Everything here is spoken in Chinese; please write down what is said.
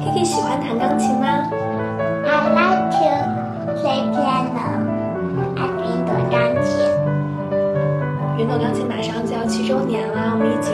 Kiki 喜欢弹钢琴吗？ I like to play piano and read the 云朵钢琴马上就要七周年了，我们一起